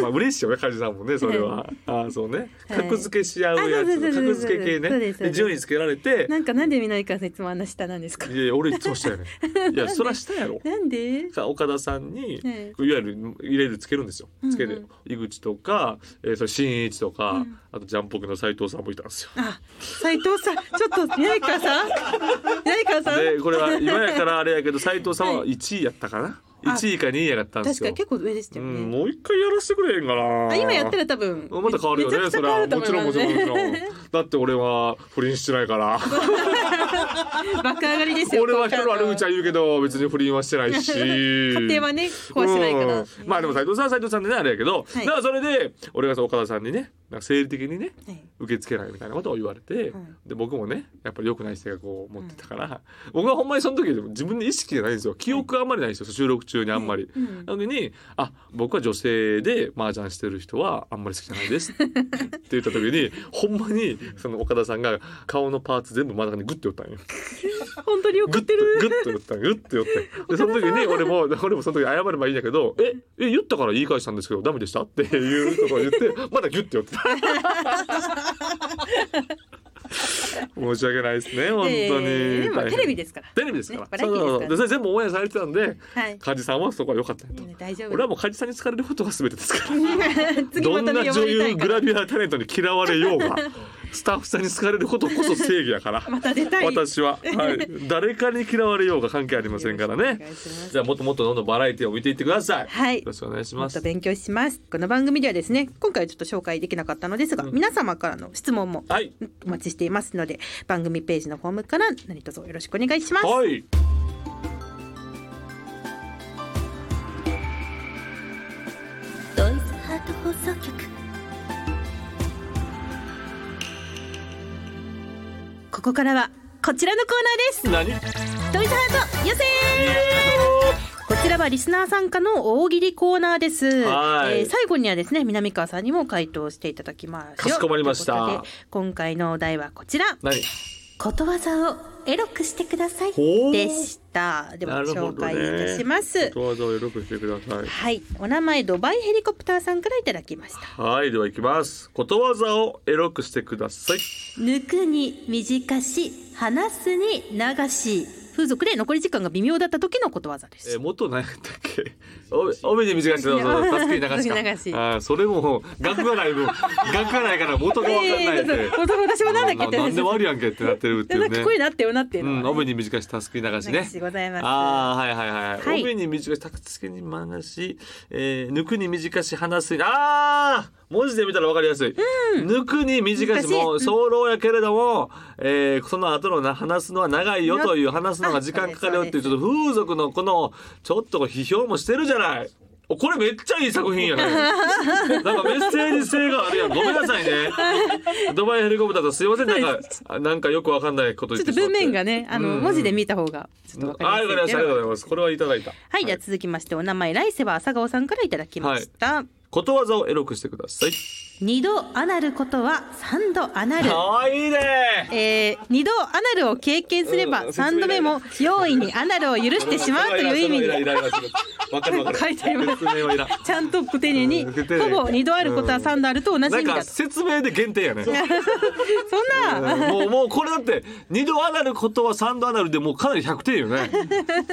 Speaker 2: まあ嬉しいよね梶さんもねそれはあそうね
Speaker 1: はい
Speaker 2: 格付けし合うや
Speaker 1: あそうそう
Speaker 2: つ
Speaker 1: そうそう
Speaker 2: 格付け
Speaker 1: そう
Speaker 2: 系
Speaker 1: ですそう
Speaker 2: ね
Speaker 1: です
Speaker 2: 順位つけられて
Speaker 1: なんかなんで南川さんいつもあんな下なんですか
Speaker 2: いやいや俺いつもした
Speaker 1: [laughs]
Speaker 2: よねいやそらしたやろ
Speaker 1: なんで
Speaker 2: か岡田さんに、
Speaker 1: はい
Speaker 2: い、わゆる入れるつけるんですよ。つけて、
Speaker 1: うんうん
Speaker 2: 井口とか、えー、それ新一とか、
Speaker 1: うん
Speaker 2: あとジャンポケの斉藤さんもいたんですよ。
Speaker 1: あ斉藤さんちょっと南川さ
Speaker 2: [laughs]
Speaker 1: ん南川さん
Speaker 2: でこれは今やからあれやけど斉藤さんは1位やったかな、
Speaker 1: あ
Speaker 2: 1位か2位やったんで
Speaker 1: 確
Speaker 2: す
Speaker 1: か
Speaker 2: よ
Speaker 1: に。結構上でした
Speaker 2: う
Speaker 1: よ
Speaker 2: ん、
Speaker 1: ね、
Speaker 2: もう一回やらせてくれへんかな。
Speaker 1: あ今やったら多分
Speaker 2: また変わるよね
Speaker 1: めち
Speaker 2: そ
Speaker 1: ゃくちゃ変
Speaker 2: れ
Speaker 1: わ
Speaker 2: は
Speaker 1: ると
Speaker 2: も
Speaker 1: 思
Speaker 2: ち
Speaker 1: い
Speaker 2: ろん
Speaker 1: ます
Speaker 2: もちろんもちろん
Speaker 1: [laughs]
Speaker 2: だって俺は不倫してないから
Speaker 1: 爆上がりですよ
Speaker 2: 俺はヒロアルちゃ
Speaker 1: ん
Speaker 2: ん言うけど別に不倫はしてない
Speaker 1: [laughs]
Speaker 2: し
Speaker 1: 家庭はね壊してないから、
Speaker 2: うんまあでも斉藤さんは斉藤さんでねあれやけど、
Speaker 1: はい
Speaker 2: だからそれで俺がそう岡田さんにねなんか生理的にね
Speaker 1: はい
Speaker 2: 受け付けないみたいなことを言われて、
Speaker 1: うん
Speaker 2: で僕もねやっぱり良くない性格を持ってたから、僕はほんまにその時でも自分で意識じゃないんですよ記憶あんまりないんですよ収録中にあんまり。
Speaker 1: うん
Speaker 2: なのに「あ僕は女性で麻雀してる人はあんまり好きじゃな
Speaker 1: [laughs]
Speaker 2: いです」って言った時にほんまにその岡田さんが顔のパーツ全部真ん中にグッて寄ったんよ。
Speaker 1: 本当に怒
Speaker 2: グ
Speaker 1: っ
Speaker 2: ッ
Speaker 1: て
Speaker 2: と
Speaker 1: る
Speaker 2: グッと寄ったグッと寄ってでその時に俺も俺もその時謝ればいいんだけど「ええ言ったから言い返したんですけどダメでした?」っていうことを言って
Speaker 1: [laughs]
Speaker 2: まだギュッて寄ってた申し訳ないですね本当に、
Speaker 1: えーでもテレビですから
Speaker 2: テレビですから、
Speaker 1: ねバラエティーですから
Speaker 2: そうそうそうでそれ全部オンエアされてたんで
Speaker 1: はい
Speaker 2: 梶さんはそこは良かったよと
Speaker 1: みんな大丈夫
Speaker 2: 俺はもう梶さんに好かれることが全てです
Speaker 1: [laughs]
Speaker 2: から
Speaker 1: 次
Speaker 2: ど
Speaker 1: ま
Speaker 2: ん
Speaker 1: た
Speaker 2: な
Speaker 1: ね呼ば
Speaker 2: 女
Speaker 1: れた
Speaker 2: 優
Speaker 1: いか
Speaker 2: グ
Speaker 1: ら
Speaker 2: ラビアタレントに嫌われようがスタッフさんに好かれることこそ正義やから
Speaker 1: また出たい
Speaker 2: 私は、はい、誰かに嫌われようが関係ありませんから
Speaker 1: よろしくお
Speaker 2: ね
Speaker 1: 願いします
Speaker 2: じゃあもっともっとどんどんバラエティを見ていってください、
Speaker 1: はい
Speaker 2: よろしくお願いし
Speaker 1: も
Speaker 2: ま
Speaker 1: っと
Speaker 2: す
Speaker 1: 勉強しますこの番組ではですね今回ちょっと紹介できなかったのですが、皆様からの質問も
Speaker 2: はい
Speaker 1: お待ちしていますので番組ページのフォームから何卒よろしくお願いします
Speaker 2: はい
Speaker 3: ドイツハート放送局
Speaker 1: ここからはこちらのコーナー
Speaker 2: 何
Speaker 1: ですトイズハート予選こちらはリスナー参加の大喜利コーナーです、
Speaker 2: はい
Speaker 1: えー最後にはですね南川さんにも回答していただきますよ
Speaker 2: かしこまりました
Speaker 1: ということで今回のお題はこちら
Speaker 2: 何
Speaker 3: ことわざをエロくしてください
Speaker 2: ほう
Speaker 1: でしたで
Speaker 2: な
Speaker 1: は
Speaker 2: るほ
Speaker 1: 紹
Speaker 2: どね
Speaker 1: 介いたします
Speaker 2: ことわざをよくしてください
Speaker 1: はいお名前ドバイヘリコプターさんからいただきました
Speaker 2: はいでは行きますことわざをエロくしてください
Speaker 3: 抜くに短し話すに流し
Speaker 1: 風俗で残り時間が微妙だった時のことわざで
Speaker 2: え
Speaker 1: す
Speaker 2: ー、元何やったっけお帯で短しそうそう
Speaker 1: いや
Speaker 2: 助けに流し
Speaker 1: 助
Speaker 2: か
Speaker 1: け流 [laughs] し
Speaker 2: あーそれも額がない分額がないから元が分かんない
Speaker 1: え
Speaker 2: っ
Speaker 1: ー
Speaker 2: て、
Speaker 1: ちょっと私もなんだっけって
Speaker 2: なんで悪いやんけってなってるっ
Speaker 1: で
Speaker 2: てい
Speaker 1: な
Speaker 2: うん
Speaker 1: か
Speaker 2: ね
Speaker 1: 聞こえなってよなっていう
Speaker 2: う
Speaker 1: のはね、
Speaker 2: ん、帯に短し、たすき流し
Speaker 1: 流
Speaker 2: ね
Speaker 1: し。ございます
Speaker 2: ああ、はいはいはい。
Speaker 1: はい
Speaker 2: 帯に短し、たすきに流し、えー、抜くに短し、話すに、ああ文字で見たらわかりやすい。抜くに短
Speaker 1: 短
Speaker 2: し、
Speaker 1: し
Speaker 2: もう、早漏やけれども、えー、その後のな話すのは長いよという、話すのが時間かかるよっていうちょっと風俗のこのちょっと批評もしてるじゃないおこれめっちゃいい作品やね
Speaker 1: [laughs]
Speaker 2: なんかメッセージ性があるやんごめんなさいね
Speaker 1: [laughs]
Speaker 2: ドバイヘリコプターとすいませんなんかあなんかよくわかんないこと
Speaker 1: ちょ
Speaker 2: 言
Speaker 1: っ
Speaker 2: って
Speaker 1: と
Speaker 2: しまっ
Speaker 1: 文
Speaker 2: て
Speaker 1: 面がねあの、
Speaker 2: うん
Speaker 1: 文字で見た方がちょっとわか
Speaker 2: ああり
Speaker 1: り
Speaker 2: がとう
Speaker 1: や
Speaker 2: ございます
Speaker 1: いけど
Speaker 2: すありがとうございますこれはいただいた
Speaker 1: はい、じゃあ続きましてお名前来世は朝顔さんからいただきました、
Speaker 2: ことわざをエロくしてください
Speaker 3: 二度アナルことは三度アナル
Speaker 2: か。わいいね
Speaker 1: えー、2度アナルを経験すれば
Speaker 2: うん
Speaker 1: 3度目も容易にアナルを許してしまうという意味
Speaker 2: [laughs] いらんい
Speaker 1: に
Speaker 2: らんいらんいらんいらんわかるわかる
Speaker 1: 書いてあります
Speaker 2: 説明はいらん
Speaker 1: ちゃんと不丁寧に
Speaker 2: う
Speaker 1: ほ
Speaker 2: ん不丁寧
Speaker 1: ぼ2度あることは3度あると同じ意
Speaker 2: なん
Speaker 1: 味だ
Speaker 2: か
Speaker 1: と
Speaker 2: 説明で限定やね
Speaker 1: [laughs] そんな [laughs]
Speaker 2: もうもうこれだって二度アナルことは三度アナルでもうかなり100点よね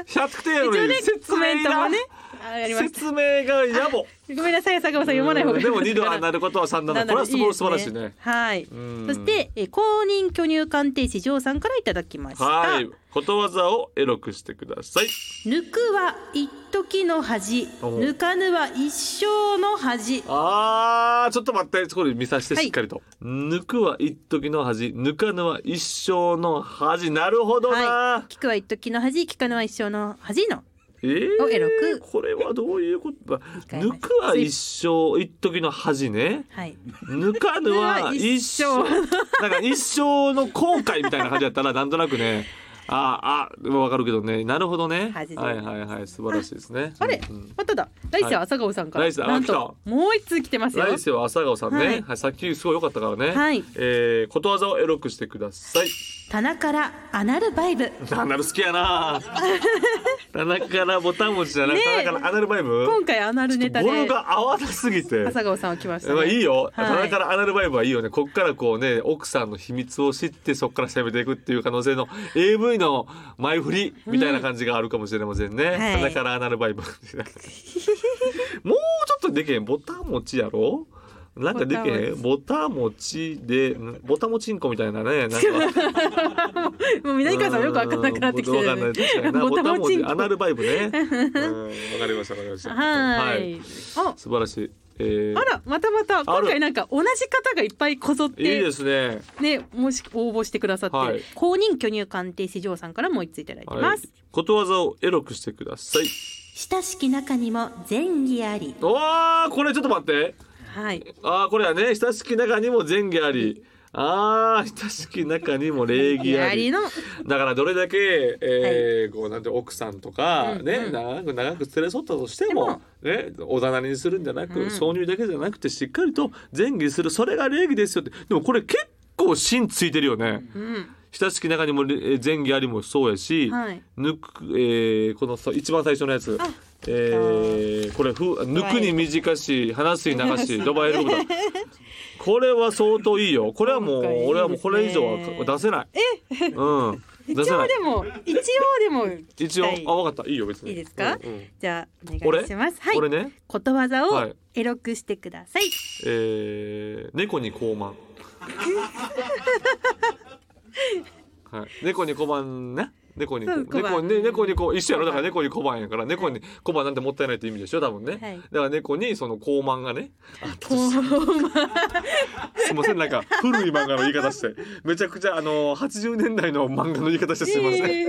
Speaker 2: 100点や
Speaker 1: 一
Speaker 2: の
Speaker 1: 応
Speaker 2: に
Speaker 1: ね
Speaker 2: 説
Speaker 1: コメ
Speaker 2: 明
Speaker 1: ントも
Speaker 2: が、
Speaker 1: ねあやりまし
Speaker 2: 説明が野暮
Speaker 1: たごめんなさい坂本さん読まない方がいい
Speaker 2: でも二度ア
Speaker 1: な
Speaker 2: ナルことは三度アナルこれは素晴らしいね
Speaker 1: はい
Speaker 2: うん
Speaker 1: そしてえー公認巨乳鑑定士ジョーさんからいただきました
Speaker 2: はいことわざをエロくしてください
Speaker 3: 抜くは一時の恥。
Speaker 2: お
Speaker 3: 抜かぬは一生の恥。
Speaker 2: あーちょっと待ってそこで見させてしっかりと、抜くは一時の恥抜かぬは一生の恥なるほどな、
Speaker 1: はい聞くは一時の恥聞かぬは一生の恥の
Speaker 2: えー
Speaker 1: をエロく
Speaker 2: これはどういうことだ
Speaker 1: 回目
Speaker 2: 抜くは一生一時の
Speaker 1: [laughs]
Speaker 2: 恥ね
Speaker 1: はい
Speaker 2: 抜かぬは
Speaker 1: [laughs]
Speaker 2: 一生
Speaker 1: 抜
Speaker 2: なんか一生の後悔みたいな感じだったらなんとなくねあーあわかるけどねなるほどねは
Speaker 1: 恥
Speaker 2: い
Speaker 1: で
Speaker 2: はいはい素晴らしいですね
Speaker 1: あれ
Speaker 2: うん
Speaker 1: まただ来世は朝顔さんから
Speaker 2: 来世あ
Speaker 1: なんともう一通来てますよ
Speaker 2: 来世は朝顔さんね、
Speaker 1: はい
Speaker 2: はい、さっきすごい良かったからね、
Speaker 1: はい
Speaker 2: えーことわざをエロくしてください
Speaker 3: 棚からアナルバイブ。
Speaker 2: アナル好きやな棚からボタン持ちじゃなく
Speaker 1: ねえ
Speaker 2: 棚からアナルバイブ
Speaker 1: 今回アナルネタ
Speaker 2: ちょっと語
Speaker 1: で
Speaker 2: 呂が合わなすぎて
Speaker 1: 朝顔さんは来ました
Speaker 2: まあ
Speaker 1: ね
Speaker 2: いいよ、
Speaker 1: はい
Speaker 2: 棚からアナルバイブはいいよねこっからこうね奥さんの秘密を知ってそっから攻めていくっていう可能性の AV の前振りみたいな感じがあるかもしれませんね、
Speaker 1: はい
Speaker 2: 棚からアナルバイブ [laughs] もうちょっとでけへんボタン持ちやろなんかでけへんボタン持ちでんボタン持ちんこみたい
Speaker 1: [laughs]
Speaker 2: なねなんか
Speaker 1: もう南川さんよくわかんなくなってきて
Speaker 2: うんわかんない
Speaker 1: る
Speaker 2: 確かにな
Speaker 1: ボ
Speaker 2: ボ
Speaker 1: タ [laughs]
Speaker 2: タ
Speaker 1: ン
Speaker 2: ン
Speaker 1: 持
Speaker 2: 持
Speaker 1: ちん
Speaker 2: ち
Speaker 1: こ
Speaker 2: アナルバイ
Speaker 1: [laughs]
Speaker 2: ブねうんわかりましたわかりました
Speaker 1: はいあ
Speaker 2: 素晴らしい、えー
Speaker 1: あらまたまた
Speaker 2: あ
Speaker 1: 今
Speaker 2: る
Speaker 1: 回なんか同じ方がいっぱいこぞっ
Speaker 2: いい
Speaker 1: て
Speaker 2: ですね
Speaker 1: ねもし応募してくださって、
Speaker 2: はい
Speaker 1: 公認巨乳鑑定士ジョーさんからもう一ついただいて
Speaker 2: は
Speaker 1: ま
Speaker 2: い
Speaker 1: す、、
Speaker 2: ことわざをエロくしてください。
Speaker 3: 親しき中にも善義あり。
Speaker 2: わあ、これちょっと待って。
Speaker 1: はい、
Speaker 2: ああ、これはね、親しき中にも善義あり。ああ、親しき中にも礼儀あ
Speaker 1: やり
Speaker 2: り。
Speaker 1: の
Speaker 2: だからどれだけ、えーこうなんて奥さんとか、
Speaker 1: うん
Speaker 2: ね、
Speaker 1: うん
Speaker 2: 長く長く連れ添ったとしてもね、おざなりにするんじゃなく、
Speaker 1: うん
Speaker 2: 挿入だけじゃなくてしっかりと善義するそれが礼儀ですよってでもこれ結構芯ついてるよね。
Speaker 1: うん
Speaker 2: 親しき中にもれえー前儀ありもそうやし、
Speaker 1: はい
Speaker 2: 抜く、えーこのさ一番最初のやつ、えーこれふ抜くに短し話すに流しドバイエルブだこれは相当いいよこれはもう
Speaker 1: 今回いいですね
Speaker 2: 俺はもうこれ以上は出せないえうん
Speaker 1: 一
Speaker 2: 出せな
Speaker 1: 応
Speaker 2: い
Speaker 1: でも一応でも
Speaker 2: 一応
Speaker 1: はい
Speaker 2: あ分かったいいよ別に
Speaker 1: いいですか
Speaker 2: うんうん
Speaker 1: じゃあお願
Speaker 2: 俺
Speaker 1: いしますはい
Speaker 2: 俺ね、
Speaker 1: ことわざ
Speaker 2: は
Speaker 1: を
Speaker 2: い
Speaker 1: エロくしてください、
Speaker 2: えー、猫に
Speaker 1: [laughs]
Speaker 2: 高慢はい猫に小判ね猫に
Speaker 1: そう小判
Speaker 2: 猫にね猫にこう一緒やろ
Speaker 1: 小判
Speaker 2: だから猫に小判やから猫に小判なんてもったいないって意味でしょ多分ね、
Speaker 1: はい
Speaker 2: だから猫にその高慢がね
Speaker 1: こう
Speaker 2: すいませんなんか古い漫画の言い方してめちゃくちゃあの80年代の漫画の言い方してすいません、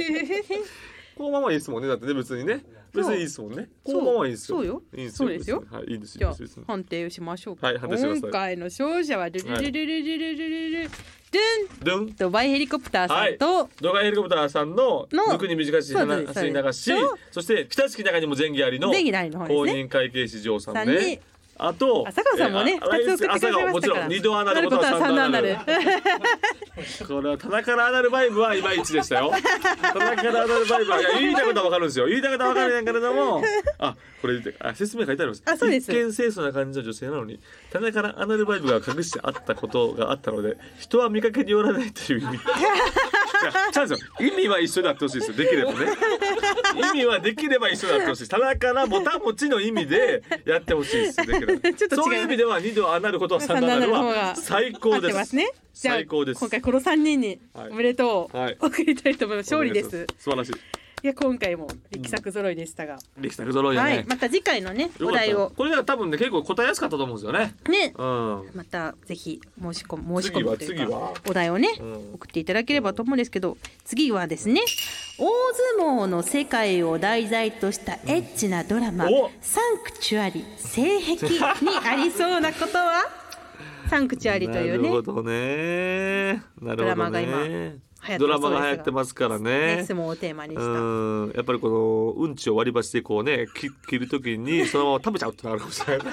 Speaker 2: 高慢はいいですもんねだってね別にね別にいいですもんね
Speaker 1: そ
Speaker 2: 高
Speaker 1: う
Speaker 2: 慢はいいですよ
Speaker 1: そうよ
Speaker 2: いいです
Speaker 1: そうですよ
Speaker 2: 別にはいいいです
Speaker 1: じ
Speaker 2: よ
Speaker 1: ゃあ
Speaker 2: 別に別に
Speaker 1: 判定しましょうか。
Speaker 2: はい判定してください
Speaker 1: 今回の勝者はルルルルルルルルルルルン
Speaker 2: ドゥン
Speaker 1: ドバイヘリコプターさんと
Speaker 2: ドガヘリコプターさんの
Speaker 1: の
Speaker 2: 抜くに短し
Speaker 1: そうです
Speaker 2: 話
Speaker 1: そ
Speaker 2: に
Speaker 1: う
Speaker 2: 流
Speaker 1: です
Speaker 2: しそして親しき中にも前儀ありの
Speaker 1: 前儀ありの方です
Speaker 2: 公
Speaker 1: ね
Speaker 2: 認会計士上さん
Speaker 1: さんに
Speaker 2: ねあと
Speaker 1: 朝顔さんもね
Speaker 2: えーあ
Speaker 1: 二つ送ってくれましたから
Speaker 2: 朝顔もちろん二度アナルことは三度アナル
Speaker 1: 三度アナル
Speaker 2: これは田中のアナルバイブはいまいちでしたよ田中のアナルバイブはいや言いたいことはわかるんですよ言いたいことはわかるんやけれど
Speaker 1: [laughs]
Speaker 2: もあこれ言ってあ説明書いてあります
Speaker 1: あそうです
Speaker 2: 一見清楚な感じの女性なのに田中のアナルバイブが隠してあったことがあったので人は見かけによらないとい
Speaker 1: [laughs]
Speaker 2: う意味いやちゃうんですよ意味は一緒であってほしいですよできればね意味はできれば一緒であってほしいです田中のボタン持ちの意味でやってほしいですできれ
Speaker 1: [laughs]
Speaker 2: ば
Speaker 1: ちょっと違う
Speaker 2: そういう意味では二度アナルことは三度アナル
Speaker 1: 三度アナルの方が
Speaker 2: は最
Speaker 1: [laughs] 合
Speaker 2: 高
Speaker 1: っ
Speaker 2: で
Speaker 1: て
Speaker 2: す
Speaker 1: ますね。じゃあ
Speaker 2: 最高です
Speaker 1: 今回この三人に
Speaker 2: はい
Speaker 1: おめでとうを
Speaker 2: はい
Speaker 1: 送りたいと思います。勝利です。
Speaker 2: 素晴らしい
Speaker 1: いや今回も力作揃いでしたが、
Speaker 2: 力作揃いだ
Speaker 1: は
Speaker 2: ね、
Speaker 1: いまた次回のねお
Speaker 2: よかった
Speaker 1: 題を
Speaker 2: これが多分ね結構答えやすかったと思うんですよね
Speaker 1: ね
Speaker 2: うん
Speaker 1: またぜひ申し込む申し込むという
Speaker 2: 次
Speaker 1: か
Speaker 2: は
Speaker 1: お題をね
Speaker 2: うん
Speaker 1: 送っていただければと思うんですけど次はですね
Speaker 3: 大相撲の世界を題材としたエッチなドラマ
Speaker 2: お
Speaker 3: 「サンクチュアリ性癖」
Speaker 1: にありそうなこと
Speaker 2: [laughs]
Speaker 1: はサンクチュアリという
Speaker 2: なるほ
Speaker 1: ね
Speaker 2: どねなるほどね
Speaker 1: ドラマが今流行ってますが
Speaker 2: ドラマが流行ってますからね
Speaker 1: ね相撲をテーマにし
Speaker 2: う
Speaker 1: た
Speaker 2: んやっぱりこのうんちを割り箸でこうねき切るときにそのまま食べちゃうってなるかもしれない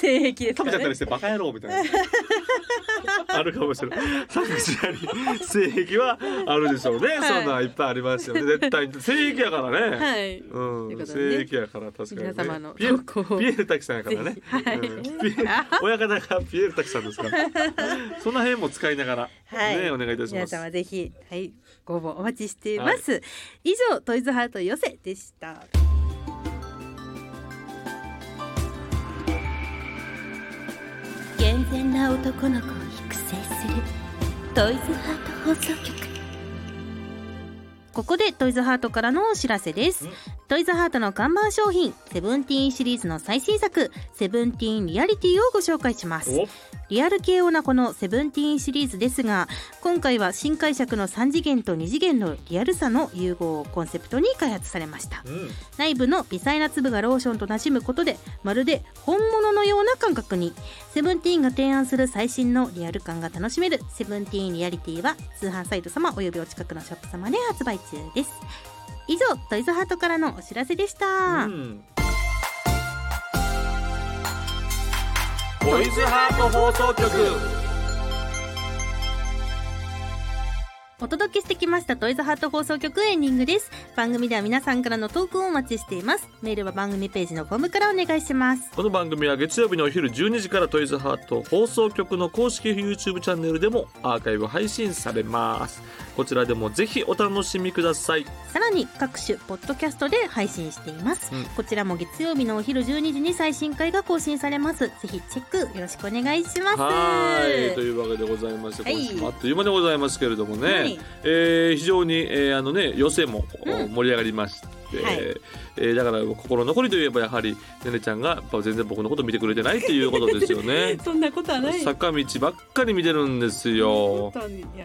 Speaker 1: 性癖です
Speaker 2: 食
Speaker 1: から
Speaker 2: べちゃったり
Speaker 1: ね
Speaker 2: してバカ野郎みたいなあるかもしれない確かに性癖はあるでしょうね、
Speaker 1: はい
Speaker 2: そんなんいっぱいありますよね絶対に性癖やからね、
Speaker 1: はい
Speaker 2: う、
Speaker 1: というんことでね
Speaker 2: 性癖やから確かに、ね、
Speaker 1: 皆様の
Speaker 2: ピエール
Speaker 1: 投稿を
Speaker 2: ピエール滝さんやからね
Speaker 1: ぜ、ひはい
Speaker 2: うんピエ親方がピエール滝さんですからその辺も使いながら、
Speaker 1: はい
Speaker 2: ねお願いいたし
Speaker 1: 皆
Speaker 2: ます
Speaker 1: 様ぜひはいご応募お待ちしています、以上トイズハート寄せでした
Speaker 3: 健全な男の子を育成するトイズハート放送局
Speaker 1: ここでトイズハートからのお知らせです
Speaker 2: ん
Speaker 1: トイズハートの看板商品セブンティーンシリーズの最新作セブンティーンリアリティをご紹介します
Speaker 2: お
Speaker 1: リアル系オナコのセブンティーンシリーズですが今回は新解釈の3次元と2次元のリアルさの融合をコンセプトに開発されました
Speaker 2: うん
Speaker 1: 内部の微細な粒がローションとなじむことでまるで本物のような感覚にセブンティーンが提案する最新のリアル感が楽しめるセブンティーンリアリティは通販サイト様およびお近くのショップ様で発売中です以上トイズハートからのお知らせでした、
Speaker 2: うんトイズハート放送局
Speaker 1: お届けしてきましたトイズハート放送局エンディングです番組では皆さんからの投稿をお待ちしていますメールは番組ページのフォームからお願いします
Speaker 2: この番組は月曜日のお昼12時からトイズハート放送局の公式 YouTube チャンネルでもアーカイブ配信されますこちらでもぜひお楽しみください
Speaker 1: さらに各種ポッドキャストで配信しています、
Speaker 2: うん
Speaker 1: こちらも月曜日のお昼12時に最新回が更新されますぜひチェックよろしくお願いします
Speaker 2: はいというわけでございまして
Speaker 1: はい
Speaker 2: 今週もあっという間でございますけれどもね、
Speaker 1: はい
Speaker 2: えー非常に、えーあのね予選も
Speaker 1: うん
Speaker 2: 盛り上がりまして、
Speaker 1: はい
Speaker 2: えーだから心残りといえばやはりねねちゃんがやっぱ全然僕のこと見てくれてないっていうことですよね
Speaker 1: そんな [laughs] ことは
Speaker 2: 坂道ばっかり見てるんですよ
Speaker 1: コ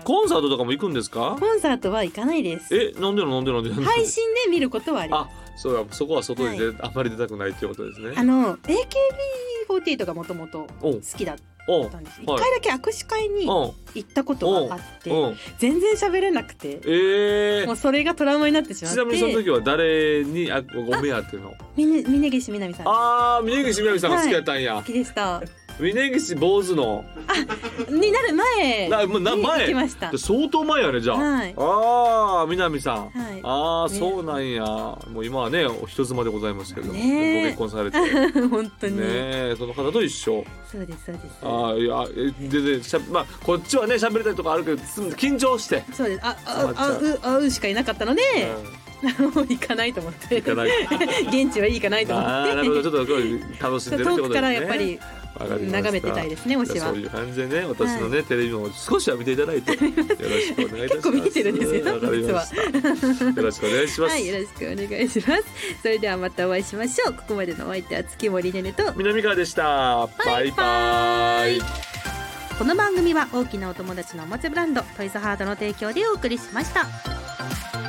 Speaker 2: コンサートとかも行くんですか
Speaker 1: ンサートは行かないです
Speaker 2: えなんでのなんでのなんでの
Speaker 1: 配信で見ることはあります
Speaker 2: あそうやそこは外に出、あまり出たくないっていうことです
Speaker 1: あ
Speaker 2: ね
Speaker 1: の AKB48 がもともと
Speaker 2: お
Speaker 1: 好
Speaker 2: う
Speaker 1: きだっ
Speaker 2: おう
Speaker 1: たんです一
Speaker 2: はい
Speaker 1: 回だけ握手会に
Speaker 2: おう
Speaker 1: 行ったことがあって
Speaker 2: おう
Speaker 1: 全然喋れなくて
Speaker 2: え
Speaker 1: も
Speaker 2: ー
Speaker 1: うそれがトラウマになってしまっ
Speaker 2: ち
Speaker 1: て
Speaker 2: なみにその時は誰にあご目当ての
Speaker 1: みね峯岸みなみさん好
Speaker 2: あー峯岸みなみさんが好きやったんや、
Speaker 1: きでした
Speaker 2: 峯岸坊主の
Speaker 1: になる前
Speaker 2: なもうな
Speaker 1: に行
Speaker 2: 前
Speaker 1: きました
Speaker 2: 相当前やねじゃあ、
Speaker 1: はい
Speaker 2: ああみなみさ
Speaker 1: は
Speaker 2: ん、
Speaker 1: い
Speaker 2: ああ
Speaker 1: ね
Speaker 2: そうなんやもう今はねお人妻でございますけども、
Speaker 1: ね
Speaker 2: ご結婚されて
Speaker 1: [laughs]
Speaker 2: ね
Speaker 1: 本当に、
Speaker 2: えその方と一緒
Speaker 1: そうですそうです
Speaker 2: あーいやえ全然しゃまあこっちはね喋りたいとかあるけどつ緊張して、
Speaker 1: そうですあ
Speaker 2: ま
Speaker 1: あ
Speaker 2: っちゃ
Speaker 1: あ
Speaker 2: う
Speaker 1: うあうしかいなかったので、
Speaker 2: うん
Speaker 1: もう行かないと思って
Speaker 2: 行かない
Speaker 1: [laughs] 現地はいいかないと思
Speaker 2: あ
Speaker 1: っ
Speaker 2: ーなるほ
Speaker 1: て
Speaker 2: どちょっとこう楽し
Speaker 1: そ
Speaker 2: んで
Speaker 1: う
Speaker 2: るって
Speaker 1: 遠
Speaker 2: こと
Speaker 1: くか
Speaker 2: です
Speaker 1: ら
Speaker 2: ね
Speaker 1: やっぱり
Speaker 2: わかりました
Speaker 1: 眺めてたいですね推
Speaker 2: じ
Speaker 1: し
Speaker 2: ゃあ
Speaker 1: は
Speaker 2: そういう感じでね私のね、テレビも少しは見ていただいてよろしくお願いいたします
Speaker 1: 結構見てるんですよ
Speaker 2: わかりましたよろしくお願いします、
Speaker 1: はいよろしくお願いしますそれではまたお会いしましょうここまでのお相手は月森ねねと
Speaker 2: 南川でしたバイバイ
Speaker 1: この番組は大きなお友達のおもちゃブランドトイズハートの提供でお送りしました